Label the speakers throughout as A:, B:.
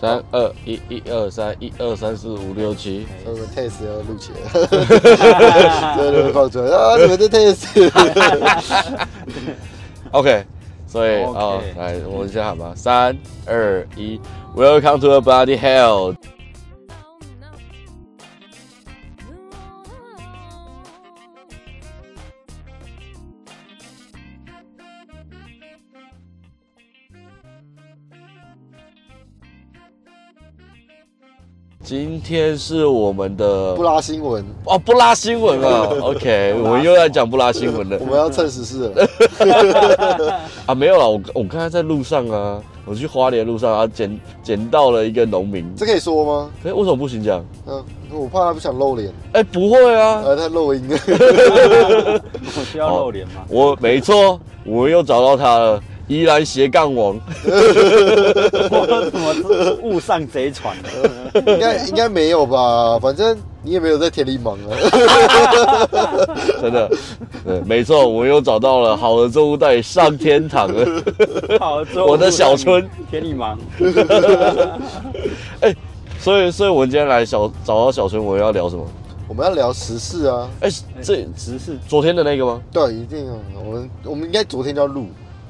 A: 三二一，一二三，一二三四五六七。
B: 所以我们 test 要录起 来，真的放出来啊！你们 在 test，
A: OK，所以
C: OK
A: 哦，来，我们先喊吧，三二一，Welcome to the Body Hell。今天是我们的
B: 不拉新闻，
A: 哦，不拉新闻了。OK，我们又要讲不拉新闻了
B: 我们要蹭时事了。
A: 啊！没有了，我我刚才在路上啊，我去花莲的路上啊，捡捡到了一个农民。
B: 这可以说吗？
A: 哎，为什么不行讲？
B: 嗯，我怕他不想 露脸，
A: 哎，不会啊，
B: 啊，他露音。
C: 我需要露脸吗？
A: 我没错，我又找到他了，依然斜杠王。
C: 我怎么误上 贼船了？
B: 应该应该没有吧？反正你也没有在田里忙啊。
A: 真的，对，没错，我又找到了好的作物带你上天堂 了。
C: 好，之后
A: 我的小春
C: 田里忙，
A: 所以，所以我们今天来小找到小春，我们要聊什么？
B: 我们要聊时事啊，
A: 哎、这
C: 只是
A: 昨天的那个吗？
B: 对，一定啊。我们我们应该昨天就要录，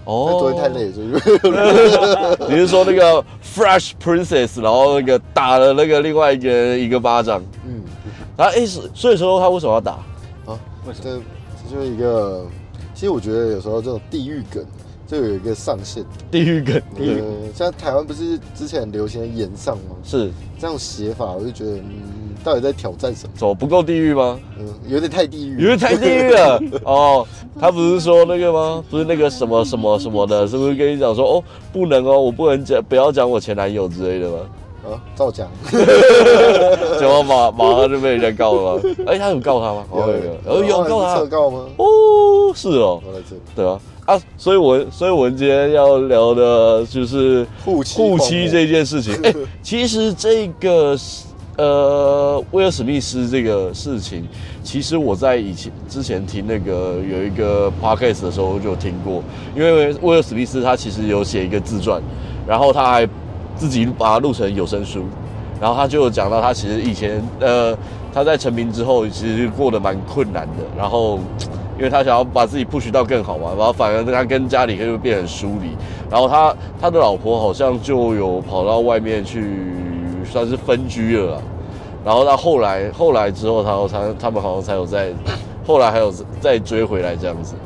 B: 但
A: 哦
B: 哎昨天太。累了，所以没有录。
A: 你是说那个 Fresh Princess，然后那个打了那个另外一个人一个巴掌，
B: 嗯，
A: 然后哎、所所以说他为什么要打？
B: 好，
C: 为什么？
B: 这这就是一个，其实我觉得有时候这种地域梗就有一个上限。
A: 地狱梗，
C: 地域
B: 呃，像台湾不是之前很流行的演上吗？
A: 是
B: 这种写法，我就觉得，嗯，到底在挑战什么？
A: 怎么不够地狱吗？
B: 嗯，有点太地狱了。
A: 因为太地狱了哦。他不是说那个吗？不是那个什么什么什么的，是不是跟你讲说哦，不能哦，我不能讲，不要讲我前男友之类的吗？
B: 啊，照讲。
A: 结果马马上就被人家告了吗？哎、他有告他吗？哦，有有有告
B: 你
A: 他
B: 撤告吗？
A: 哦，是哦，
B: 我来这
A: 对啊啊，所以我所以我们今天要聊的就是
B: 护妻
A: 护妻这件事情。哎、其实这个呃，威尔史密斯这个事情，其实我在以前之前听那个有一个 podcast 的时候就有听过，因为威尔史密斯他其实有写一个自传，然后他还自己把它录成有声书，然后他就有讲到他其实以前呃他在成名之后其实过得蛮困难的，然后。因为他想要把自己 push 到更好嘛，然后反而他跟家里就变很疏离，然后他他的老婆好像就有跑到外面去，算是分居了啦啊然后到后来后来之后，他他他们好像才有在，后来还有再追回来这样子。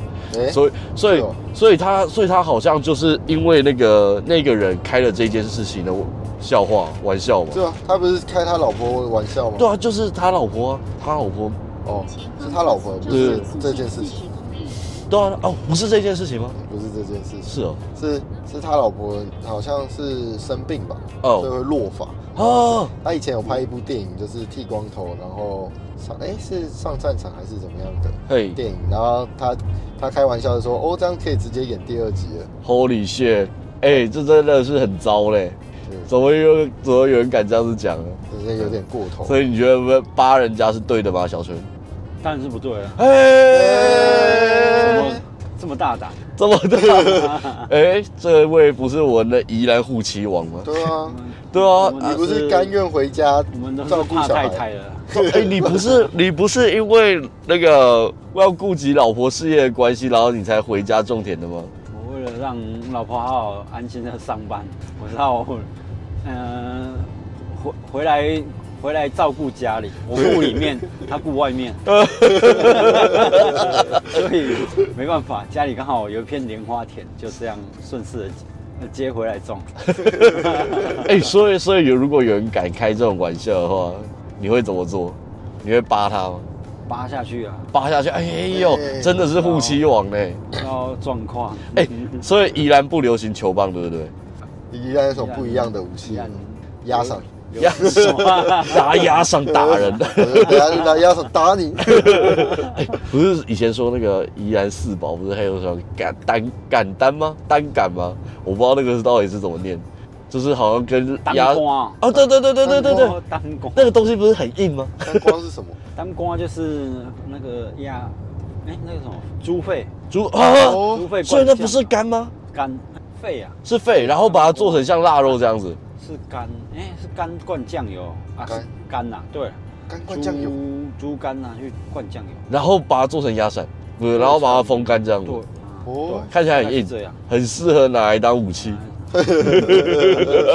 B: 哎，
A: 所以所以
B: 是哦
A: 所以他所以他好像就是因为那个那个人开了这件事情的笑话玩笑嘛
B: 对。啊，他不是开他老婆玩笑吗？
A: 对啊，就是他老婆啊，他老婆。
B: 哦，是他老婆，不是这件事情，
A: 对啊，哦，不是这件事情吗？
B: 不是这件事情，
A: 是哦。
B: 是是他老婆好像是生病吧，
A: 哦
B: 所以会落发。
A: 哦，
B: 他以前有拍一部电影，就是剃光头，然后上哎、是上战场还是怎么样的
A: 嘿
B: 电影？然后他他开玩笑的说：“哦，这样可以直接演第二集了。
A: ，Holy shit！哎、这真的是很糟嘞，
B: 对
A: 怎么有怎么有人敢这样子讲呢？”
B: 直接有点过头。
A: 所以你觉得扒人家是对的吗，小春？
C: 当然是不对了，
A: 哎、
C: 怎
B: 哎
C: 么这么大胆？
A: 这么 的？哎、这位不是我们的宜兰护旗王吗？
B: 对啊，
A: 对啊
C: 我，们
B: 你不是甘愿回家
C: 我们都
B: 照
C: 是
B: 顾
C: 怕
B: 小孩
C: 太太？了，
A: 哎、你不是你不是因为那个我要顾及老婆事业的关系，然后你才回家种田的吗？
C: 我为了让老婆好好安心的上班，我让我嗯、回回来回来照顾家里，我顾里面，她顾外面，所以没办法，家里刚好有一片莲花田，就这样顺势的接回来种。
A: 哎、所以所以有如果有人敢开这种玩笑的话，你会怎么做？你会扒他吗？
C: 扒下去啊，
A: 扒下去，哎呦，
B: 哎
A: 真的是护妻王嘞！
C: 要状况。
A: 哎、所以宜兰不流行球棒，对不对？
B: 依然有种不一样的武器
C: 宜兰，
B: 压上。
A: 压拿压上打人， 哎
B: 我说等下拿啊压上打 你，
A: 不是以前说那个宜兰四宝不是还有什么敢单敢单吗？单杆吗？我不知道那个是到底是怎么念，就是好像跟
C: 当
A: 压
C: 官
A: 哦，对对对对对对对，
C: 当官，
A: 那个东西不是很硬吗？
B: 但光是什么？
C: 当官就是那个鸭，哎、那个什么猪肺，
A: 猪 啊，
C: 猪
B: 哦，
C: 肺，
A: 所以那不是肝吗？
C: 肝肺啊，
A: 是肺，然后把它做成像腊肉这样子。
C: 是肝，哎、是肝灌酱油啊，是
B: 肝
C: 肝呐，对，
B: 干灌酱油，
C: 猪猪肝呐去灌酱油，
A: 然后把它做成鸭伞，不是，然后把它风干这样子
C: 对，，
B: 哦
A: 看起来
C: 大
A: 很
C: 概是
A: 硬，
C: 这样
A: 很适合拿来当武器，
C: 对，很恶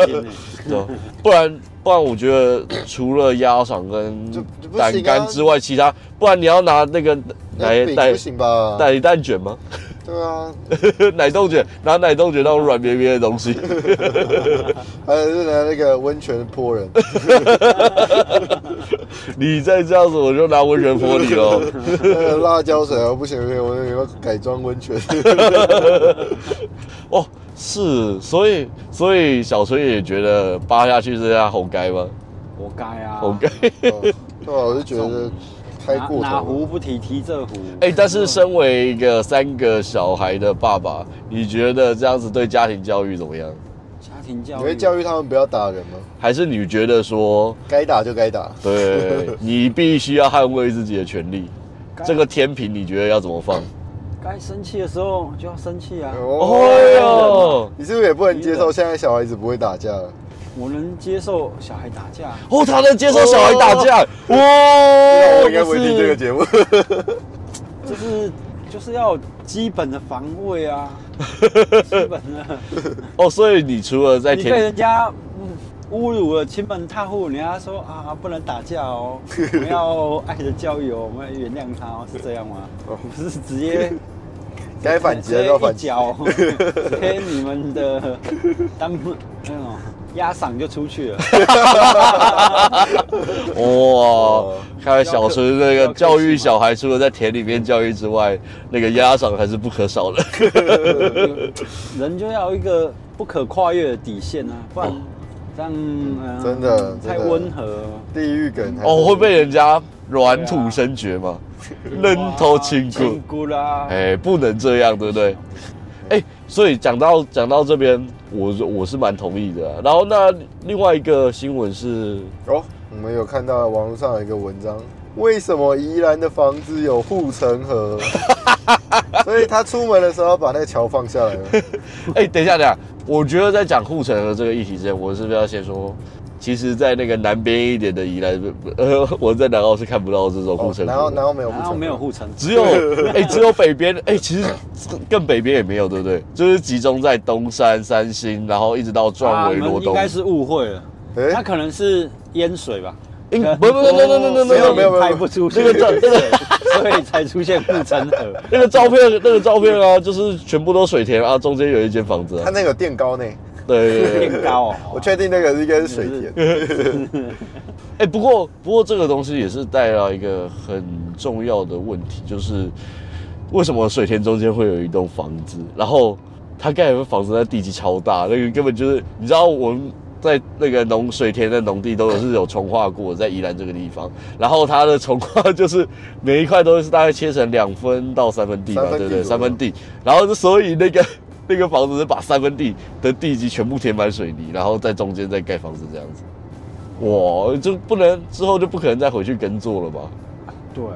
C: 心欸
A: 对 吧，不然不然我觉得除了鸭嗓跟
B: 就就不行啊
A: 胆干之外，其他不然你要拿那个
B: 那
A: 奶
B: 饼
A: 奶
B: 不行啊吧？
A: 奶蛋卷吗？
B: 对啊，
A: 奶冻卷，拿奶冻卷当软绵绵的东 西，
B: 还是拿那个温泉泼 人，
A: 你再这样子我就拿温泉泼你喽。
B: 那个辣椒水啊，不行不行，我要改装温 泉。
A: 哦，是，所以所以小崔也觉得扒下去是他活该吗？
C: 活该啊，
A: 活该。
B: 哦对啊，我就觉得开
C: 哪
B: 过
C: 哪
B: 头了。
C: 壶不提提这壶，
A: 哎、但是身为一个三个小孩的爸爸，你觉得这样子对家庭教育怎么样？
C: 家庭教
B: 你
C: 育，
B: 会教育他们不要打人吗？
A: 还是你觉得说，
B: 该打就该打。
A: 对你必须要捍卫自己的权利？
C: 该
A: 这个天平你觉得要怎么放？
C: 该生气的时候就要生气啊，
A: 哎
B: 哦
A: 呦，
B: 你是不是也不能接受现在小孩子不会打架了？
C: 我能接受小孩打架，
A: 哦，他能接受小孩打架，哇、
B: 那我哦应该不会听这
A: 哦
B: 个
A: 是
B: 节目。嗯
C: 这是就是要有基本的防卫 啊，基本的，
A: 哦，所以你除了在
C: 你被
A: 天，
C: 人家嗯侮辱了，亲门踏户，人家说啊不能打架 哦，我们要爱的交友，我们要原谅他哦，是这样吗？我们是直接。
B: 该反击的
C: 直
B: 时
C: 接
B: 候
C: 一
B: 反击。
C: 脚，直接你们的当 那种压嗓就 出去了。
A: 哇、
B: 哦
A: 看来小崔那个教育小孩，除了在田里面教育之外，那个压赏还是不可少的。
C: 人就要有一个不可跨越的底线啊，不然这样、呃
B: 哦真的
C: 太
B: 真的
C: 温和，哦
B: 地狱梗还是
A: 哦，会被人家软土生绝吗？
B: 啊
A: 扔头轻骨
C: 亲，姑啦，
A: 哎、不能这样，对不对？哎、所以讲到讲到这边，我我是蛮同意的啊、然后那另外一个新闻是，
B: 哦，我们有看到网络上有一个文章，为什么宜兰的房子有护 城河？所以他出门的时候把那个桥放下来了。
A: 哎、等一下，等一下，我觉得在讲护城河这个议题之前，我是不是要先说，其实，在那个南边一点的宜兰，呃，我在南澳是看不到这种护
B: 哦
A: 城河的。
B: 然后然后没有护
C: 然
B: 城
C: 后
B: 河，
C: 没有护城，
A: 只有哎、只有北边哎、其实更北边也没有，对不对？就是集中在东山、三星，然后一直到
C: 啊
A: 壮
C: 我
A: 围、罗
C: 们应
A: 东。
C: 该是误会了，
B: 哎
C: 他可能是淹水吧。呃
A: 应不不不不不不不
B: 没有没有没有
C: 拍不出去
A: 那个照那个
C: 所以才出现护城河。
A: 那个照片，那个照片啊，就是全部都水田啊，中间有一间房子
B: 他
A: 啊。
B: 那个有垫高呢，
A: 对对对对，
C: 变高哦，
B: 我确定那个应该是水
A: 嗯
B: 田。
A: 哎、不过不过这个东西也是带来一个很重要的问题，就是为什么水田中间会有一栋房子，然后他盖的房子那地基超大，那个根本就是你知道我们。在那个农水田的农地都有是有重划过，在宜兰这个地方，然后它的重划就是每一块都是大概切成两分到三分地吧
B: 三，分
A: 对不对？
B: 地左右
A: 三分地，然后所以那个那个房子是把三分地的地基全部填满水泥，然后在中间再盖房子这样子。哇，就不能之后就不可能再回去耕作了吧？
C: 对啊，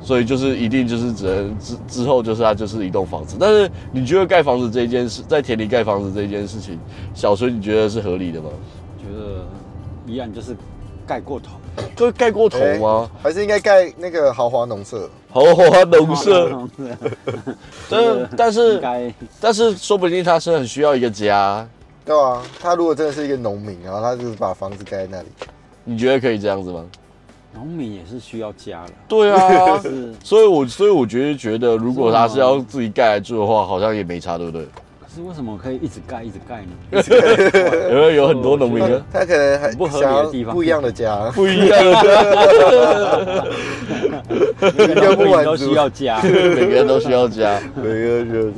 A: 所以就是一定就是只能之之后就是它就是一栋房子。但是你觉得盖房子这件事，在田里盖房子这件事情，小崔你觉得是合理的吗？
C: 觉得宜兰就是盖过头，
A: 就盖过头
B: 哎
A: 吗？
B: 还是应该盖那个豪华农舍？
A: 好啊，农舍。但但
C: 应
A: 是
C: 该
A: 但是说不定他是很需要一个家，
B: 对啊，他如果真的是一个农民，然后他就是把房子盖在那里，
A: 你觉得可以这样子吗？
C: 农民也是需要家的，
A: 对啊，
C: 是
A: 所以我所以我觉得觉得如果他是要自己盖来住的话，好像也没差，对不 对？
C: 可是为什么可以一直盖一直盖呢？
A: 因为有很多农民
C: 对
A: 啊
C: 啊。
B: 他他可能还
C: 不合理
B: 想
C: 的
B: 要
C: 地方
B: 不一样 的家，
A: 不一样的，
C: 每个
B: 个不
C: 农民
B: 满
C: 都
B: 足
C: 需要家，
A: 每个人都需要家。
B: 对对对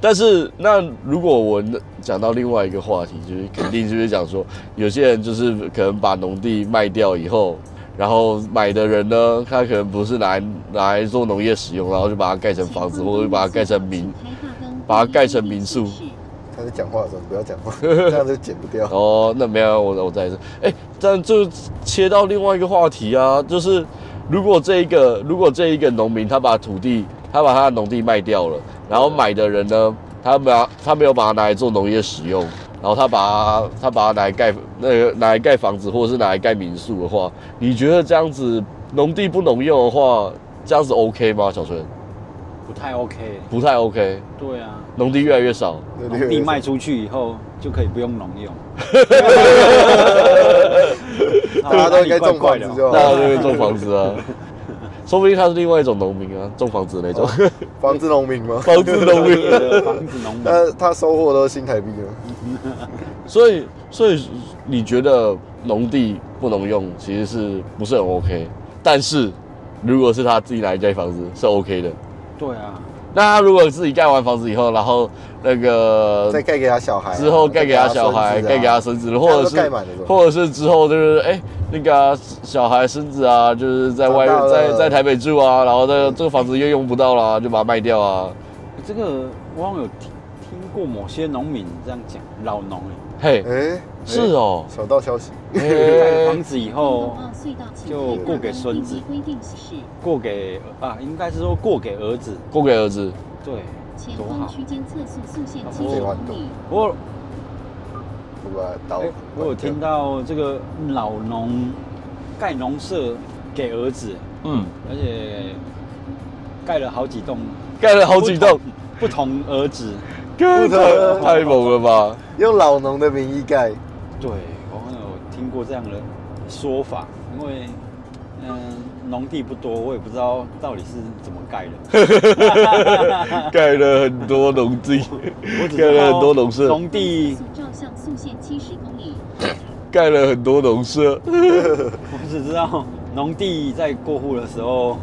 A: 但是，那如果我讲到另外一个话题，就是肯定就是讲说，有些人就是可能把农地卖掉以后，然后买的人呢，他可能不是拿来拿来做农业使用，然后就把它盖成房 子，或者把它盖成民，把它盖成民宿
B: 他在讲话的时候不要讲 话，这样就剪不掉。
A: 哦，那没有，我我再一次，哎、但就切到另外一个话题啊，就是如果这一个如果这一个农民他把土地他把他的农地卖掉了，然后买的人呢，他把他没有把它拿来做农业使用，然后他把它他把它拿来盖那个拿来盖房子，或者是拿来盖民宿的话，你觉得这样子农地不农用的话，这样子 OK 吗？小春
C: 不太 OK。
A: 不太 OK，
C: 对啊，
A: 农地越来越少，
B: 对
C: 农地卖出去以后就可以不用农用，
B: 大家都应该种房子就
A: 大
B: 好
A: 家都会种房子啊，说不定他是另外一种农民啊，种房子的那种、
B: 房子农民吗？
A: 房子农民。
C: 房子农民。
B: 那 他收获都是新台币了。
A: 嗯所以，所以你觉得农地不能用，其实是不是很 OK？但是，如果是他自己拿来盖房子是 OK 的。
C: 对啊，
A: 那他如果自己盖完房子以后，然后那个
B: 再盖给他小孩啊、
A: 之后盖给他小孩，
B: 再
A: 盖给他孙子，或
B: 大家
A: 者
B: 都盖
A: 是
B: 满了是吧
A: 或者是之后就是哎、那个啊、小孩孙子啊，就是在外
B: 长大
A: 面在
B: 了
A: 在台北住啊，然后这个这个房子又用不到啦，就把它卖掉 啊。
C: 这个我好像有听听过某些农民这样讲，老农
A: 嘿，
B: 哎、
A: 是哦，
B: 小道消息，
C: 哎，盖
A: 嘿
C: 房子以
D: 后
C: 后
D: 哦就过给孙子。
C: 过给啊，应该是说过给儿子，
A: 过给儿子，
C: 对，
D: 多好。哦
C: 我
B: 我把它倒、
C: 哎我有听到这个老农盖农舍给儿子，
A: 嗯，
C: 而且盖了好几栋，
A: 盖了好几栋，
C: 不同儿子。
A: 干
B: 不得
A: 太猛了吧！
B: 用老农的名义盖，
C: 对，我好像有听过这样的说法，因为嗯、农地不多，我也不知道到底是怎么盖 的。
A: 盖了很多农地，
C: 我
A: 盖
C: 只知
A: 了
C: 道
A: 很多农舍，
C: 农
D: 地
C: 地，。
A: 盖了很多农舍。
C: 我只知道农地在过户的时候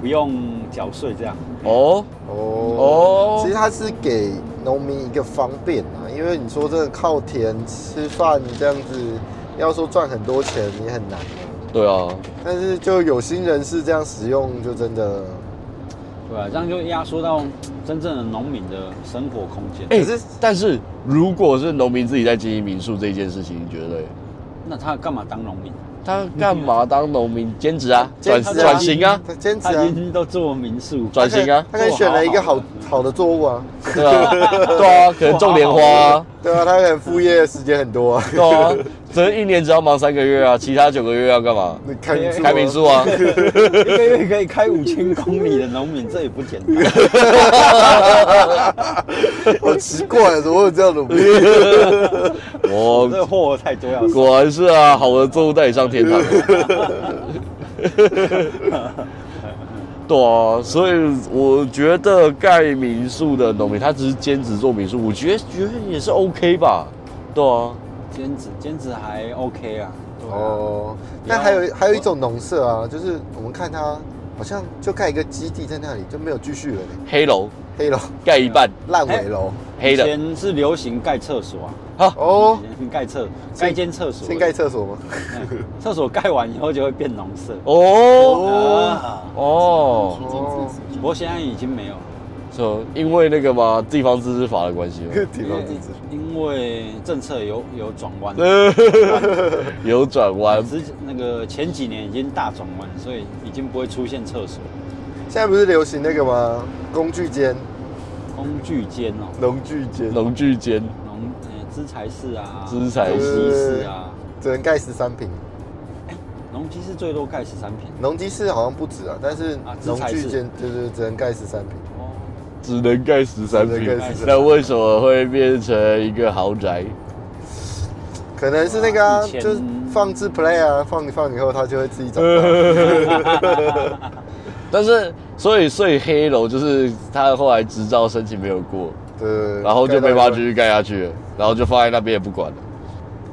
C: 不用缴税，这样。
A: 哦，
B: 哦
A: 哦
B: 其实它是给农民一个方便啊，因为你说真的靠田吃饭这样子，要说赚很多钱也很难啊。
A: 对啊，
B: 但是就有心人士这样使用，就真的，
C: 对啊，这样就压缩到真正的农民的生活空间。
A: 哎、
B: 可是
A: 但是如果是农民自己在经营民宿这一件事情，你觉得嘞？
C: 那他干嘛当农民？
A: 他干嘛当农民兼职啊？
B: 兼
A: 转
B: 职啊
A: 转型 啊，
B: 他坚持
C: 他
B: 啊
C: 已，经都做民宿，
A: 转型啊，
B: 他可以选了一个好
C: 做好好的
B: 好的作物啊，
A: 对啊，对啊，可能种莲花啊，
B: 对啊，他可能副业的时间很多啊，
A: 对啊，这一年只要忙三个月啊，其他九个月要干嘛？
B: 你开民宿啊
A: 开民宿 啊，
C: 一个月可以开五千公里的农民，这也不简 单。
B: 好奇怪，怎么会有这样的努力？
A: 我
C: 这货太多要死。
A: 果然是啊，好的作物带你上天堂。对啊，所以我觉得盖民宿的农民，他只是兼职做民宿，我觉得觉得也是 OK 吧。对啊，
C: 兼职兼职还 OK 啊。对啊
B: 哦，那还有还有一种农舍啊，就是我们看它好像就盖一个基地在那里，就没有继续了呢。
A: 黑楼
B: 黑楼、
A: 盖一半
B: 烂尾楼，
A: 黑
C: 以
A: 的，
C: 前是流行盖厕所啊，
B: 哦，
C: 以前盖厕盖间厕所，
B: 先盖厕所吗？
C: 哎 厕所盖完以后就会变农舍。
A: 哦
C: 啊，
A: 哦，
D: 哦
C: 不过现在已经没有了，
A: 就因为那个嘛地方自治法的关系 嘛，
B: 地方自治，
C: 因为政策有有转弯。
A: 呃有转弯。
C: 之前那个前几年已经大转弯，所以已经不会出现厕所、
B: 现在不是流行那个吗？工具间、
C: 工具间哦，
B: 农具间，
A: 农具间
C: 农呃资材室啊，
A: 资材室
C: 农机室啊，
B: 只能盖十三平，
C: 农机室最多盖十三平
B: 农机室好像不止啊，但是
C: 啊资
B: 农
C: 材室
B: 具间就是只能盖十三平，
C: 哦，
A: 只能盖十三
B: 只
A: 平
B: 能盖13，
A: 那为什么会变成一个豪宅？
B: 可能是那个
C: 哇
B: 啊，
C: 以前
B: 就是放置 play 啊，放放以后它就会自己长大。
A: 但是，所以所以黑楼就是他后来执照申请没有过，
B: 对，
A: 然后就没
B: 盖
A: 办
B: 到一
A: 法继
B: 半
A: 续盖下去了，然后就放在那边也不管了。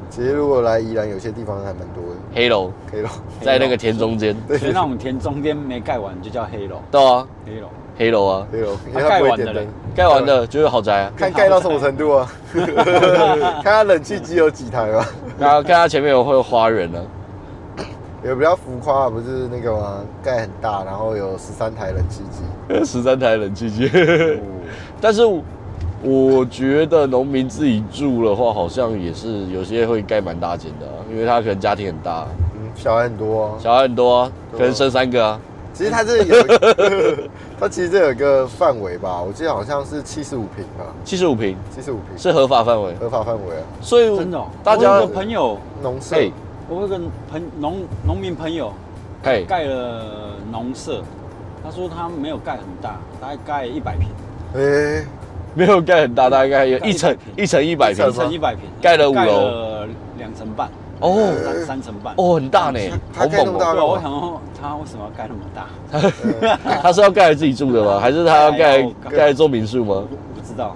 B: 其实如果来宜兰，有些地方还蛮多的，
A: 黑楼
B: 可 以了。
A: 在那个田中间，
C: 所以那我们田中间没盖完就叫黑楼，
A: 对啊，
C: 黑楼
A: 黑楼啊，
B: 对哦，因
C: 它
B: 为它
C: 盖
B: 不会
C: 完
B: 点
C: 了
B: 灯
C: 嘞，
A: 盖完了就是豪宅 啊。
B: 看盖到什么程度啊？ 看它冷气机有几台吧，
A: 然后看它前面有会有花园啊，
B: 有比较浮夸，啊不是那个吗？盖很大，然后有十三台冷气机。
A: 十三台冷气机。哦 但是我觉得农民自己住的话，好像也是有些会盖蛮大间的、啊，因为他可能家庭很大，
B: 嗯，小孩很多、啊，
A: 小孩很多啊，
B: 对啊
A: 可能生三个啊，
B: 其实它这有 一，它其实这有一个范围吧，我记得好像是七十五平吧，
A: 七十五平
B: 七十五平
A: 是合法范围，
B: 合法范围啊，
A: 所以
C: 真的哦、
A: 大
C: 我
A: 家
C: 有个朋友，
B: 农舍
A: 嘿，
C: 我有个朋农农民朋友
A: 嘿，
C: 盖了农舍，他说他没有盖很大，大概盖一百平，
B: 哎，
A: 没有盖很大，大概有
C: 盖
A: 一层
C: 100平
A: 一层一百
B: 一层
A: 平
B: 吗
C: 乘一百平，
A: 盖了五
C: 盖
A: 楼
C: 了两层半，
A: 哦
C: 三三层半。
A: 哦，很大呢，
B: 它
A: 好
B: 盖
A: 猛
B: 那么大
A: 哦！
C: 对，啊我想说他为什么要盖那么大？
B: 哎
A: 他是要盖来自己住的吗？还是他要盖
C: 哎呦
A: 盖来做民宿
C: 我
A: 吗？
C: 不我不知道，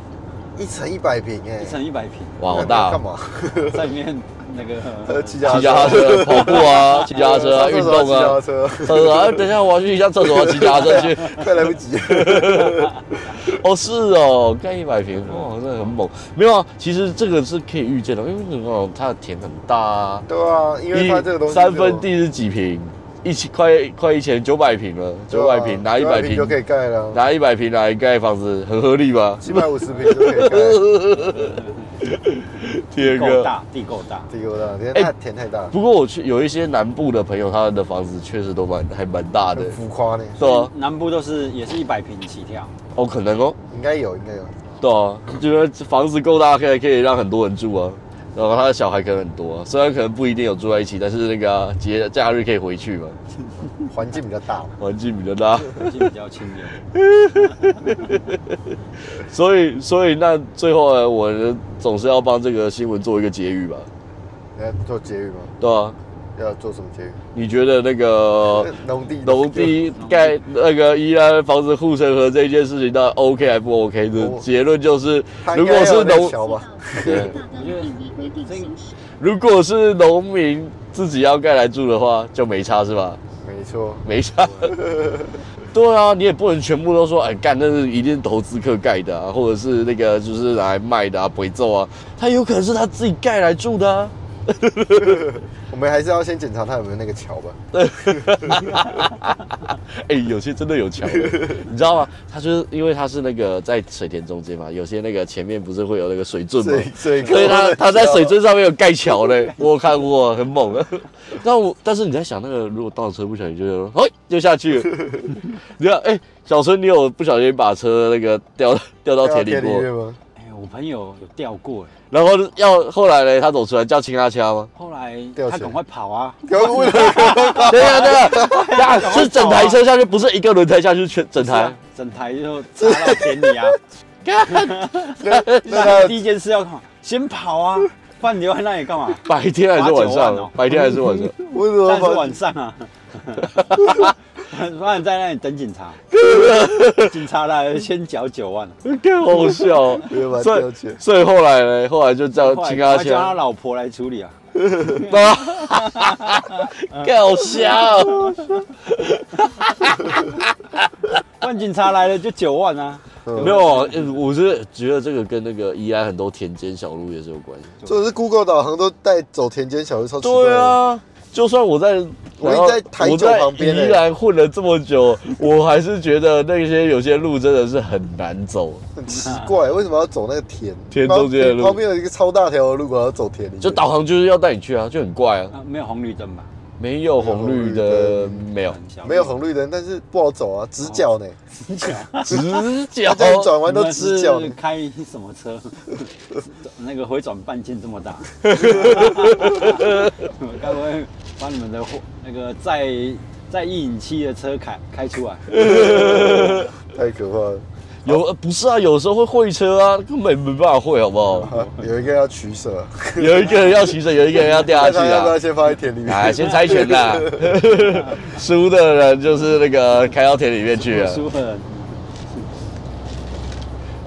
B: 一层一百平哎
C: 一，层一百平，
A: 哇，好大
B: 干
A: 哦！
B: 嘛？
C: 在里面那个
B: 呃，骑
A: 骑
B: 脚
A: 脚踏车、跑步啊， 骑脚踏车啊，运动啊
B: 上厕所骑脚 踏。车，
A: 他说：“啊，等一下，我要去一下厕所，我要啊骑脚踏车去。
B: 快来不及。
A: 哦，是哦，盖一百平，哇，真的很猛。没有啊，其实这个是可以预见的，因为什么？它的田很大啊，
B: 对啊，因为它这个东西
A: 三分地是几平？一千快快一千九百平了，
B: 对啊，
A: 九百平拿一百
B: 900就可以
A: 平，
B: 盖了啊，
A: 拿一百平来盖房子，很合理吧？
B: 七百五十平就可以盖。
A: 天
C: 够
A: 哥，
C: 大，地够大，
B: 地沟大，天
A: 哎
B: 太田太大，
A: 不过我去有一些南部的朋友，他们的房子确实都蛮还蛮大的
B: 很，浮夸呢，
A: 对啊，
C: 南部都是也是一百平起跳，
A: 哦，可能哦，
B: 应该有，应该有。
A: 对啊，觉得房子够大，可以可以让很多人住啊。然后他的小孩可能很多、啊，虽然可能不一定有住在一起，但是那个啊节、假日可以回去嘛，
B: 环境比较大嘛。
A: 环境比较 大，
C: 环境比较清幽。
A: 所以所以那最后呢，我们总是要帮这个新闻做一个结语吧，
B: 你要做节育吗？
A: 对啊，
B: 要做什么节育？
A: 你觉得那 个
B: 农地
A: 哦农地盖那个宜兰房子护城河这件事情，那 OK 还不 OK 的
B: 我
A: 结论就是，
B: 它
A: 如
B: 应
A: 果
B: 该要
A: 是
B: 有那
A: 农
B: 桥吧，
D: 哎
A: 对
D: 我觉得
A: 如果是农民自己要盖来住的话，就没差是吧？
B: 没错，
A: 没 差。对啊，你也不能全部都说，哎，干，那是一定是投资客盖的啊，或者是那个就是拿来卖的啊，不会揍啊，他有可能是他自己盖来住的啊。
B: 我们还是要先检查它有没有那个桥吧。
A: 哎、有些真的有桥，你知道吗？他就是因为他是那个在水田中间嘛，有些那个前面不是会有那个水圳吗
B: 水？水沟
A: 所以他
B: 的
A: 他在
B: 桥
A: 水圳上面有盖桥嘞，我看过，很猛啊。那我但是你在想那个，如果倒车不小心就哎就下去了， 你看哎、小春，你有不小心把车那个掉掉到
B: 要
A: 田里过，
B: 面吗？
C: 哎，我朋友有掉过，哎，
A: 然后要后来嘞，他走出来叫亲他掐吗？
C: 后来
B: 掉
C: 他
B: 水
C: 赶快跑啊，
B: 要问了，
A: 对呀对呀，对呀是整台车下去，不是一个轮胎下去，全整
C: 是啊
A: 台。
C: 整台就砸到田里 啊。
B: 那
C: 那
B: 他
C: 第一件事要干嘛？先跑啊，不然你留在那里干嘛？
A: 白天还是晚
C: 八九万哦
A: 上？白天还是晚上？
B: 为什
C: 但是
B: 么
C: 晚上啊， 不然在那里等警 察，警察来先缴九万，
A: 更好笑 哦
B: 没把它。
A: 所
B: 吊
A: 以
B: 起来
A: 所以后来呢，后来就叫
C: 后
A: 亲
C: 来
A: 阿
C: 他叫 他
A: 强，
C: 老婆来处理啊。
A: 更好笑 哦。
C: 不然警察来了就九万啊，
B: 嗯
A: 没有啊，呃我是觉得这个跟那个宜安很多田间小路也是有关系。
B: 这是 Google 导航都带走田间小路超奇怪。
A: 对，啊，就算我在。
B: 我已经在台
A: 我
B: 九
A: 在
B: 旁边
A: 宜
B: 了
A: 兰混了这么久，我还是觉得那些有些路真的是很难走。
B: 很奇怪，为什么要走那个田？
A: 田中间的路
B: 旁边有一个超大条的路，我要走田里面。
A: 就导航就是要带你去啊，就很怪啊，
C: 啊没有红绿灯吧？
A: 没有红绿灯，没 有
C: 很小
B: 没有红绿灯，但是不好走啊，直角呢，
A: 哦
C: 绿灯。
A: 直角
B: 大。家转弯
C: 你
B: 都
A: 哦
C: 们
B: 直
C: 是
B: 角呢。
C: 开什么车？ 那个回转半径这么大，该不会把你们的货那个在在一引七的车开开出来？
B: 太可怕了。
A: 有呃不是啊，有时候会会车啊，根本没办法会，好不 好？
B: 啊有一个要取舍，啊
A: 有一个人要骑车，有一个人要掉下
B: 看
A: 去
B: 他要不要
A: 啊。
B: 先放在田里面。
A: 哎，先猜拳啦！输的人就是那个开到田里面去了。啊
C: 舒服了，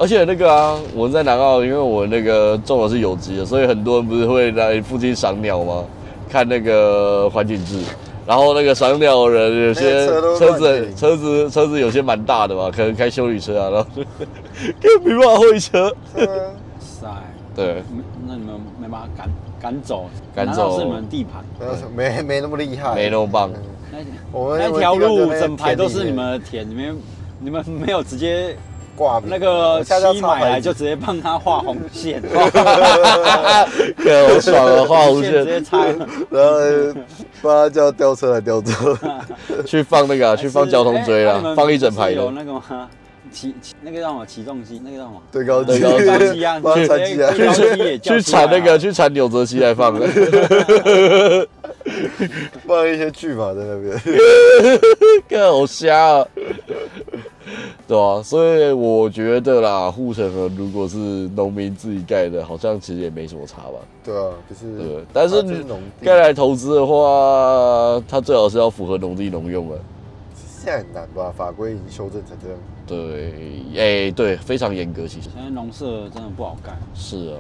A: 而且那个啊，我们在南澳，因为我那个种的是有机的，所以很多人不是会来附近赏鸟吗？看那个环境志，然后那个赏鸟的人有些
B: 那哎个车都
A: 车
B: 乱
A: 子
B: 停
A: 车子车子有些蛮大的嘛，可能开修理车啊，然后 根本没办法会车。
B: 对啊
C: 塞，
A: 对，
C: 没那你们没办法赶赶走，
A: 赶
C: 难道
A: 走
C: 是你们地盘？
B: 呃没没那么厉害，
A: 没那么棒
C: 那
B: 我们
C: 那条路整排都是你们的田，你们你们没有直接
B: 挂名，
C: 那个
B: 恰恰
C: 七
B: 插
C: 买来
B: 牌
C: 就
B: 子
C: 直接帮他画红线，
A: 对，我爽了，画无
C: 直
A: 限
C: 接拆了，
B: 然后呃帮他叫吊车来吊 车，
A: 去放那个啊、去放交通锥
C: 哎那
A: 啦，
C: 你们
A: 放一整排
C: 是有
A: 的，
C: 那个吗？起起那个叫什么起重机？那个叫什么？
B: 对高
A: 对
B: 机，
A: 高 机
C: 一样
B: 帮他
C: 对
B: 拆机啊，
C: 对高机
A: 去
C: 也叫
A: 去
C: 出来
A: 缠
C: 啊
A: 那个，去缠纽泽西来放的。
B: 放一些剧码在那边。
A: 个好瞎、啊，对啊，所以我觉得啦，护城河如果是农民自己盖的，好像其实也没什么差吧。
B: 对啊，就是
A: 对，但是
B: 啊这
A: 你
B: 农地
A: 盖来投资的话，它最好是要符合农地农用了。
B: 现在很难吧？法规已经修正成这样，
A: 对，哎、对，非常严格，其实
C: 现在农舍真的不好盖，
A: 是啊。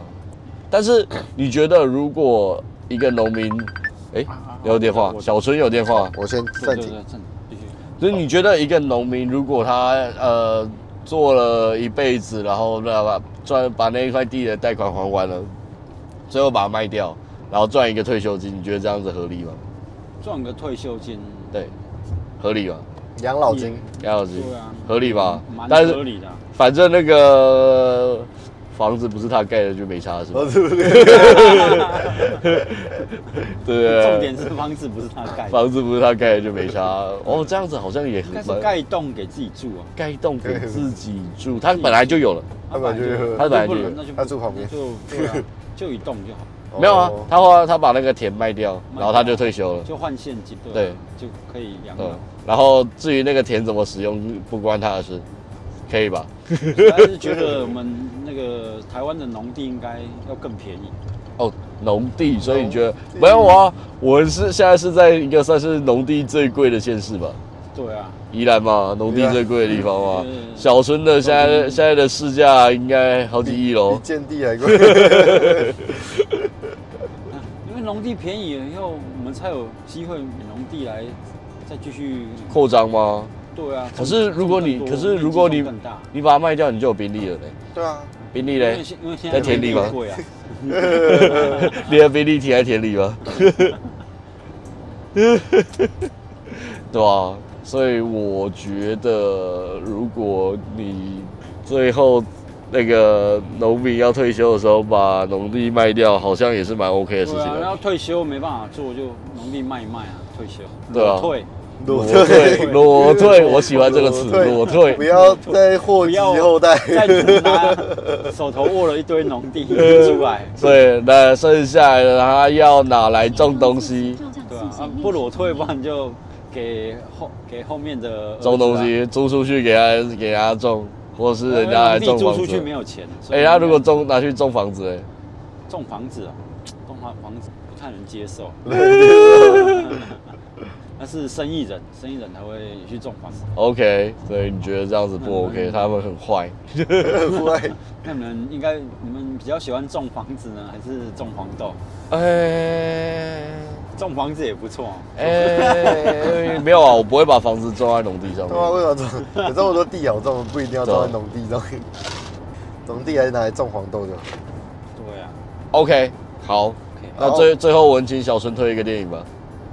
A: 但是你觉得，如果一个农民，哎、
C: 啊
A: 有电话，小春有电话，
B: 我先
C: 对
B: 暂
C: 对
B: 停
C: 对，。正必须。
A: 所以你觉得一个农民，如果他呃做了一辈子，然后那把赚把那一块地的贷款还完了，最后把它卖掉，然后赚一个退休金，你觉得这样子合理吗？
C: 赚个退休金，
A: 对，合理吗？
B: 养老金。
A: 杨老师
C: 对啊，
A: 嗯合理吧？
C: 蛮
A: 但
C: 合
A: 是
C: 理的啊。
A: 反正那个房子不是他盖的，就没差是吧
B: 哦，？对不对？
A: 对啊，
C: 重点是房子不是他盖的，
A: 房子不是他盖的就没差。哦，这样子好像也
C: 应
A: 很
C: 该是盖一栋给自己住啊。
A: 盖一栋给自己住，他本来就有了。
B: 他本来就有
A: 他本来就
C: 不
A: 有
C: 能，那就
B: 他住旁边
C: 那就对 啊，就一栋就好，
A: 没有啊
B: 哦，
A: 他后来他把那个田卖掉，
C: 卖掉
A: 然后他就退休了。
C: 就换现金，啊
A: 嗯对，
C: 就可以养
A: 嗯
C: 老。，
A: 然后至于那个田怎么使用，不关他的事，可以吧？
C: 但是觉得我们那个台湾的农地应该要更便宜，
A: 哦，农地，所以你觉得
B: 农地
A: 没有啊？我们是现在是在一个算是农地最贵的县市吧？
C: 对啊，
A: 宜兰嘛，农地最贵的地方嘛
C: 宜兰，
A: 小村的现在现在的市价应该好几亿
B: 比
A: 喽。
B: 建地还贵，
C: 嗯因为农地便宜了以后，我们才有机会农地来再继续
A: 扩张吗？
C: 对啊。
A: 可是如果你
C: 种更
A: 可
C: 多
A: 是如果你
C: 面积种更大，
A: 你把它卖掉，你就有宾利了嘞。
B: 对啊，
A: 宾利
C: 因
A: 嘞
C: 为，现因为现
A: 在
C: 在
A: 田里吗
C: 农地贵啊，
A: 你的宾利停在田里吗？ 对啊，所以我觉得，如果你最后那个农民要退休的时候把农地卖掉，好像也是蛮 OK 的事
C: 对
A: 情
C: 啊，然后
A: 的。
C: 退休没办法做，就农地卖一卖啊，退休，
A: 对啊
C: 裸
A: 裸
B: 裸
C: 退，
A: 退，
B: 退
A: 裸退，我喜欢这个词，裸
B: 裸
A: 退
B: 不。要再祸及后代。
C: 再拿手头握了一堆农地出 来，
A: 对，那剩下来的他要哪来种
D: 种
A: 东
D: 东
A: 西
D: 西？，
C: 对
D: 对
C: 啊
D: 啊，
C: 啊
D: 啊
C: 不
D: 不
C: 裸
D: 裸
C: 退，
D: 退
C: 不
D: 吧？
C: 然就给后给后面的儿子啊
A: 种东。西租出去给他给他种，或是人家来
C: 农地
A: 种
C: 呃租
A: 房
C: 出去
A: 子
C: 没。有钱，所以
A: 哎，他如果种拿去种房子，哎，
C: 种房子啊，种房房子不太能 接受， 那是生意人，生意人才会去种房子，
A: OK，所以你觉得这样子不
C: 嗯
A: OK？他们很坏，
B: 对，
C: 那你们应该，你们比较喜欢种房子呢，还是种黄豆？
A: 哎
C: 种房子也不错、哦。
A: 哎，没有啊，我不会把房子种在农地上
B: 他妈
C: 啊
A: 面。
B: 为什么种？有这么多地好种，不一定要种在 农地上。农地还是拿来种黄豆就好。
C: 对啊
A: OK，好，
C: ，OK。
A: 那
B: 好
A: 最最后我们请小春推一个电影吧，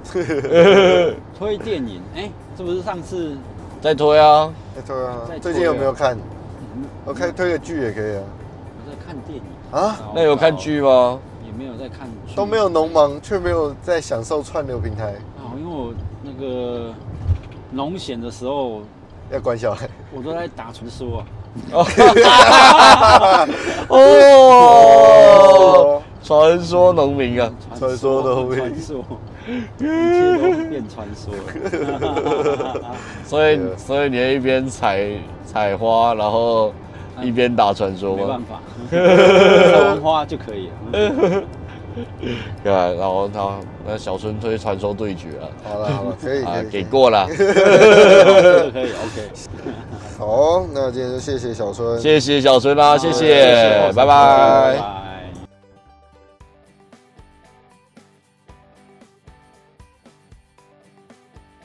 C: 推电影，哎、这不是上次
A: 再推啊，
B: 哎对啊
C: 再，
B: 最近有没有看？
C: 嗯
B: 我看推个剧也可以啊。
C: 我在看电影
B: 啊，
A: 那有看，剧吗？
C: 也没有在看剧，
B: 都没有农忙，却没有在享受串流平台，
C: 啊，因为我那个农闲的时候，
B: 要管小孩。
C: 我都在打传说、啊。
A: 哦，传说农民啊，
B: 传说的后面
C: 传说，一切都变传说了。
A: 所以所以你一边采采花，然后一边打传说
C: 没
A: 吗
C: 办？ 法，种花就可以了。嗯
A: 对啊，然后他那小春推传说对决啊，
B: 好了好了，可以可
A: 啊
B: 以，
A: 给。过了，
C: 这个可以，OK。
B: 好，那今天就谢谢小春，
A: 谢谢小春啦，谢
C: 谢谢
A: 谢，拜
B: 拜
A: 拜。
C: 拜。